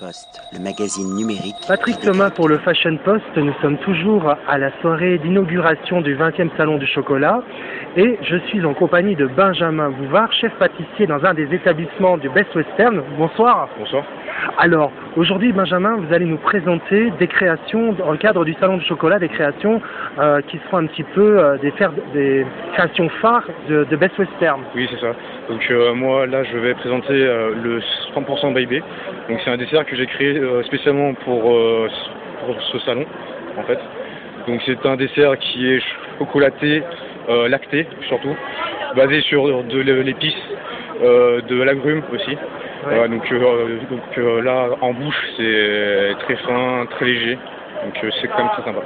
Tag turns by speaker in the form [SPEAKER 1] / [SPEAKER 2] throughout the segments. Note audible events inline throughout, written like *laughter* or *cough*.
[SPEAKER 1] Post, le magazine numérique.
[SPEAKER 2] Patrick Thomas pour le Fashion Post. Nous sommes toujours à la soirée d'inauguration du 20e Salon du Chocolat. Et je suis en compagnie de Benjamin Bouvard, chef pâtissier dans un des établissements du Best Western. Bonsoir.
[SPEAKER 3] Bonsoir.
[SPEAKER 2] Alors, aujourd'hui, Benjamin, vous allez nous présenter des créations, dans le cadre du Salon du Chocolat, des créations euh, qui seront un petit peu euh, des, fer- des créations phares de, de Best Western.
[SPEAKER 3] Oui, c'est ça. Donc euh, moi, là, je vais présenter euh, le 100% Baby. Donc c'est un dessert que j'ai créé euh, spécialement pour, euh, ce- pour ce salon, en fait. Donc c'est un dessert qui est chocolaté, euh, lacté surtout, basé sur de l'é- l'épice, euh, de l'agrume aussi. Voilà, donc euh, donc euh, là, en bouche, c'est très fin, très léger. Donc euh, c'est quand même très sympa.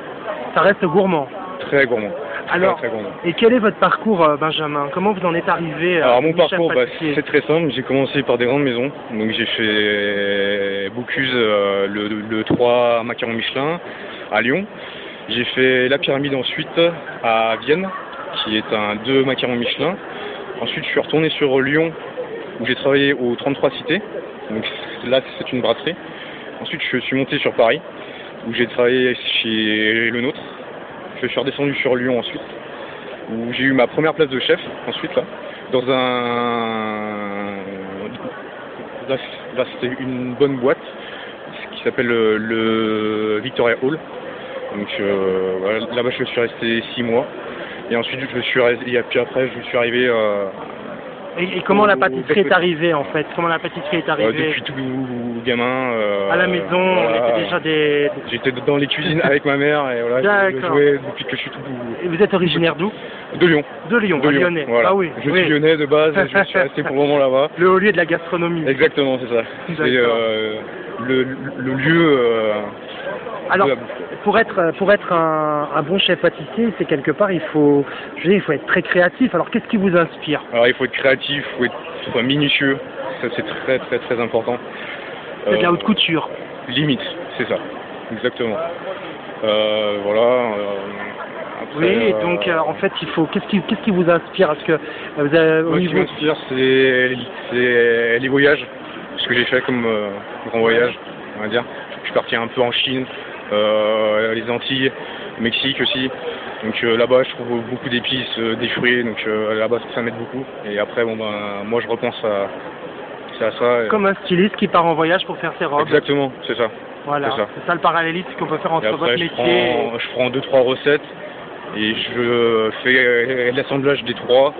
[SPEAKER 2] Ça reste gourmand.
[SPEAKER 3] Très gourmand.
[SPEAKER 2] Alors,
[SPEAKER 3] Très, très gourmand.
[SPEAKER 2] Et quel est votre parcours, euh, Benjamin Comment vous en êtes arrivé euh,
[SPEAKER 3] Alors mon
[SPEAKER 2] chef
[SPEAKER 3] parcours, bah,
[SPEAKER 2] pâtissier
[SPEAKER 3] c'est très simple. J'ai commencé par des grandes maisons. Donc j'ai fait Bocuse, euh, le, le 3 Macaron Michelin à Lyon. J'ai fait la pyramide ensuite à Vienne, qui est un 2 Macaron Michelin. Ensuite je suis retourné sur Lyon, où j'ai travaillé aux 33 cités. Donc là c'est une brasserie. Ensuite je suis monté sur Paris, où j'ai travaillé chez Le Nôtre. Je suis redescendu sur Lyon ensuite, où j'ai eu ma première place de chef ensuite là dans un. Là, c- là, c'était une bonne boîte qui s'appelle euh, le Victoria Hall. Donc euh, voilà, là-bas, je suis resté six mois. Et ensuite, je suis res- et puis après, je suis arrivé euh,
[SPEAKER 2] Et, et comment la
[SPEAKER 3] au-
[SPEAKER 2] pâtisserie est
[SPEAKER 3] au-
[SPEAKER 2] arrivée, en fait Comment la pâtisserie est
[SPEAKER 3] euh,
[SPEAKER 2] arrivée
[SPEAKER 3] depuis tout gamin. euh,
[SPEAKER 2] À la maison,
[SPEAKER 3] voilà.
[SPEAKER 2] on était déjà des...
[SPEAKER 3] J'étais dans les cuisines avec ma mère et voilà, je
[SPEAKER 2] D'accord.
[SPEAKER 3] jouais depuis que je suis tout
[SPEAKER 2] Et vous êtes originaire d'où
[SPEAKER 3] de Lyon.
[SPEAKER 2] De Lyon,
[SPEAKER 3] de
[SPEAKER 2] un
[SPEAKER 3] Lyon,
[SPEAKER 2] lyonnais.
[SPEAKER 3] voilà.
[SPEAKER 2] Ah oui,
[SPEAKER 3] je
[SPEAKER 2] oui.
[SPEAKER 3] suis lyonnais de base, et
[SPEAKER 2] *laughs*
[SPEAKER 3] je suis resté pour le moment là-bas.
[SPEAKER 2] Le haut lieu de la gastronomie.
[SPEAKER 3] Exactement, c'est ça.
[SPEAKER 2] D'accord.
[SPEAKER 3] C'est euh, le, le lieu. euh,
[SPEAKER 2] Alors,
[SPEAKER 3] de la bouffe.
[SPEAKER 2] pour être, pour être un, un bon chef pâtissier, c'est quelque part, il faut, je veux dire, il faut être très créatif. Alors, qu'est-ce qui vous inspire
[SPEAKER 3] Alors, il faut être créatif, il faut être faut être minutieux. Ça, c'est très, très, très important.
[SPEAKER 2] C'est de la
[SPEAKER 3] Euh,
[SPEAKER 2] haute couture.
[SPEAKER 3] Limite, c'est ça. Exactement. Euh, voilà. euh, après,
[SPEAKER 2] Oui, et
[SPEAKER 3] euh,
[SPEAKER 2] donc, euh, en fait, il faut... Qu'est-ce qui, qu'est-ce qui vous inspire Est-ce que euh, vous avez, au
[SPEAKER 3] Moi, ce qui
[SPEAKER 2] niveau...
[SPEAKER 3] m'inspire, c'est c'est les voyages, ce que j'ai fait comme euh, grand voyage, on va dire. Je suis parti un peu en Chine, euh, les Antilles, Mexique aussi. Donc euh, là-bas, je trouve beaucoup d'épices, euh, des fruits, donc euh, là-bas, ça m'aide beaucoup. Et après, bon ben, moi, je repense à, c'est à ça. et-
[SPEAKER 2] Comme un styliste qui part en voyage pour faire ses robes.
[SPEAKER 3] Exactement, c'est ça.
[SPEAKER 2] Voilà,
[SPEAKER 3] c'est ça.
[SPEAKER 2] c'est ça le parallélisme qu'on peut faire
[SPEAKER 3] Et
[SPEAKER 2] entre
[SPEAKER 3] après,
[SPEAKER 2] votre
[SPEAKER 3] je
[SPEAKER 2] métier. et-
[SPEAKER 3] prends, je prends deux trois recettes et je fais euh, l'assemblage des trois.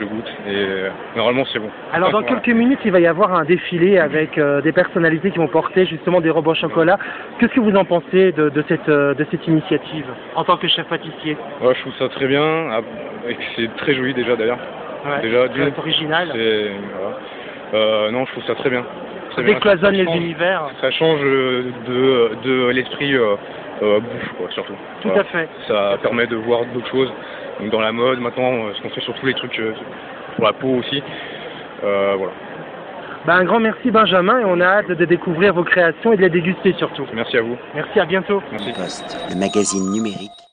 [SPEAKER 3] Je goûte et euh, normalement, c'est bon.
[SPEAKER 2] Alors
[SPEAKER 3] *laughs*
[SPEAKER 2] dans
[SPEAKER 3] Voilà.
[SPEAKER 2] quelques minutes, il va y avoir un défilé avec euh, des personnalités qui vont porter justement des robes au chocolat. Qu'est-ce que vous en pensez de, de cette, euh, de cette initiative en tant que chef pâtissier
[SPEAKER 3] Ouais, je trouve ça très bien. Ah, et que C'est très joli déjà d'ailleurs.
[SPEAKER 2] Ouais,
[SPEAKER 3] Déjà, d'une,
[SPEAKER 2] C'est original.
[SPEAKER 3] c'est- voilà. Euh, non, je trouve ça très bien. Très
[SPEAKER 2] Ça
[SPEAKER 3] bien.
[SPEAKER 2] décloisonne
[SPEAKER 3] Ça
[SPEAKER 2] les
[SPEAKER 3] change-
[SPEAKER 2] univers.
[SPEAKER 3] Ça change euh, de, de l'esprit euh, euh, bouffe, quoi, surtout.
[SPEAKER 2] Tout
[SPEAKER 3] Voilà.
[SPEAKER 2] à fait.
[SPEAKER 3] Ça permet de voir d'autres choses. Donc, dans la mode, maintenant, euh, ce qu'on fait surtout les trucs euh, pour la peau aussi. Euh, voilà.
[SPEAKER 2] Bah, un grand merci Benjamin et on a hâte de découvrir vos créations et de les déguster surtout.
[SPEAKER 3] Merci à vous.
[SPEAKER 2] Merci, à bientôt.
[SPEAKER 3] Merci.
[SPEAKER 1] Post, le magazine numérique.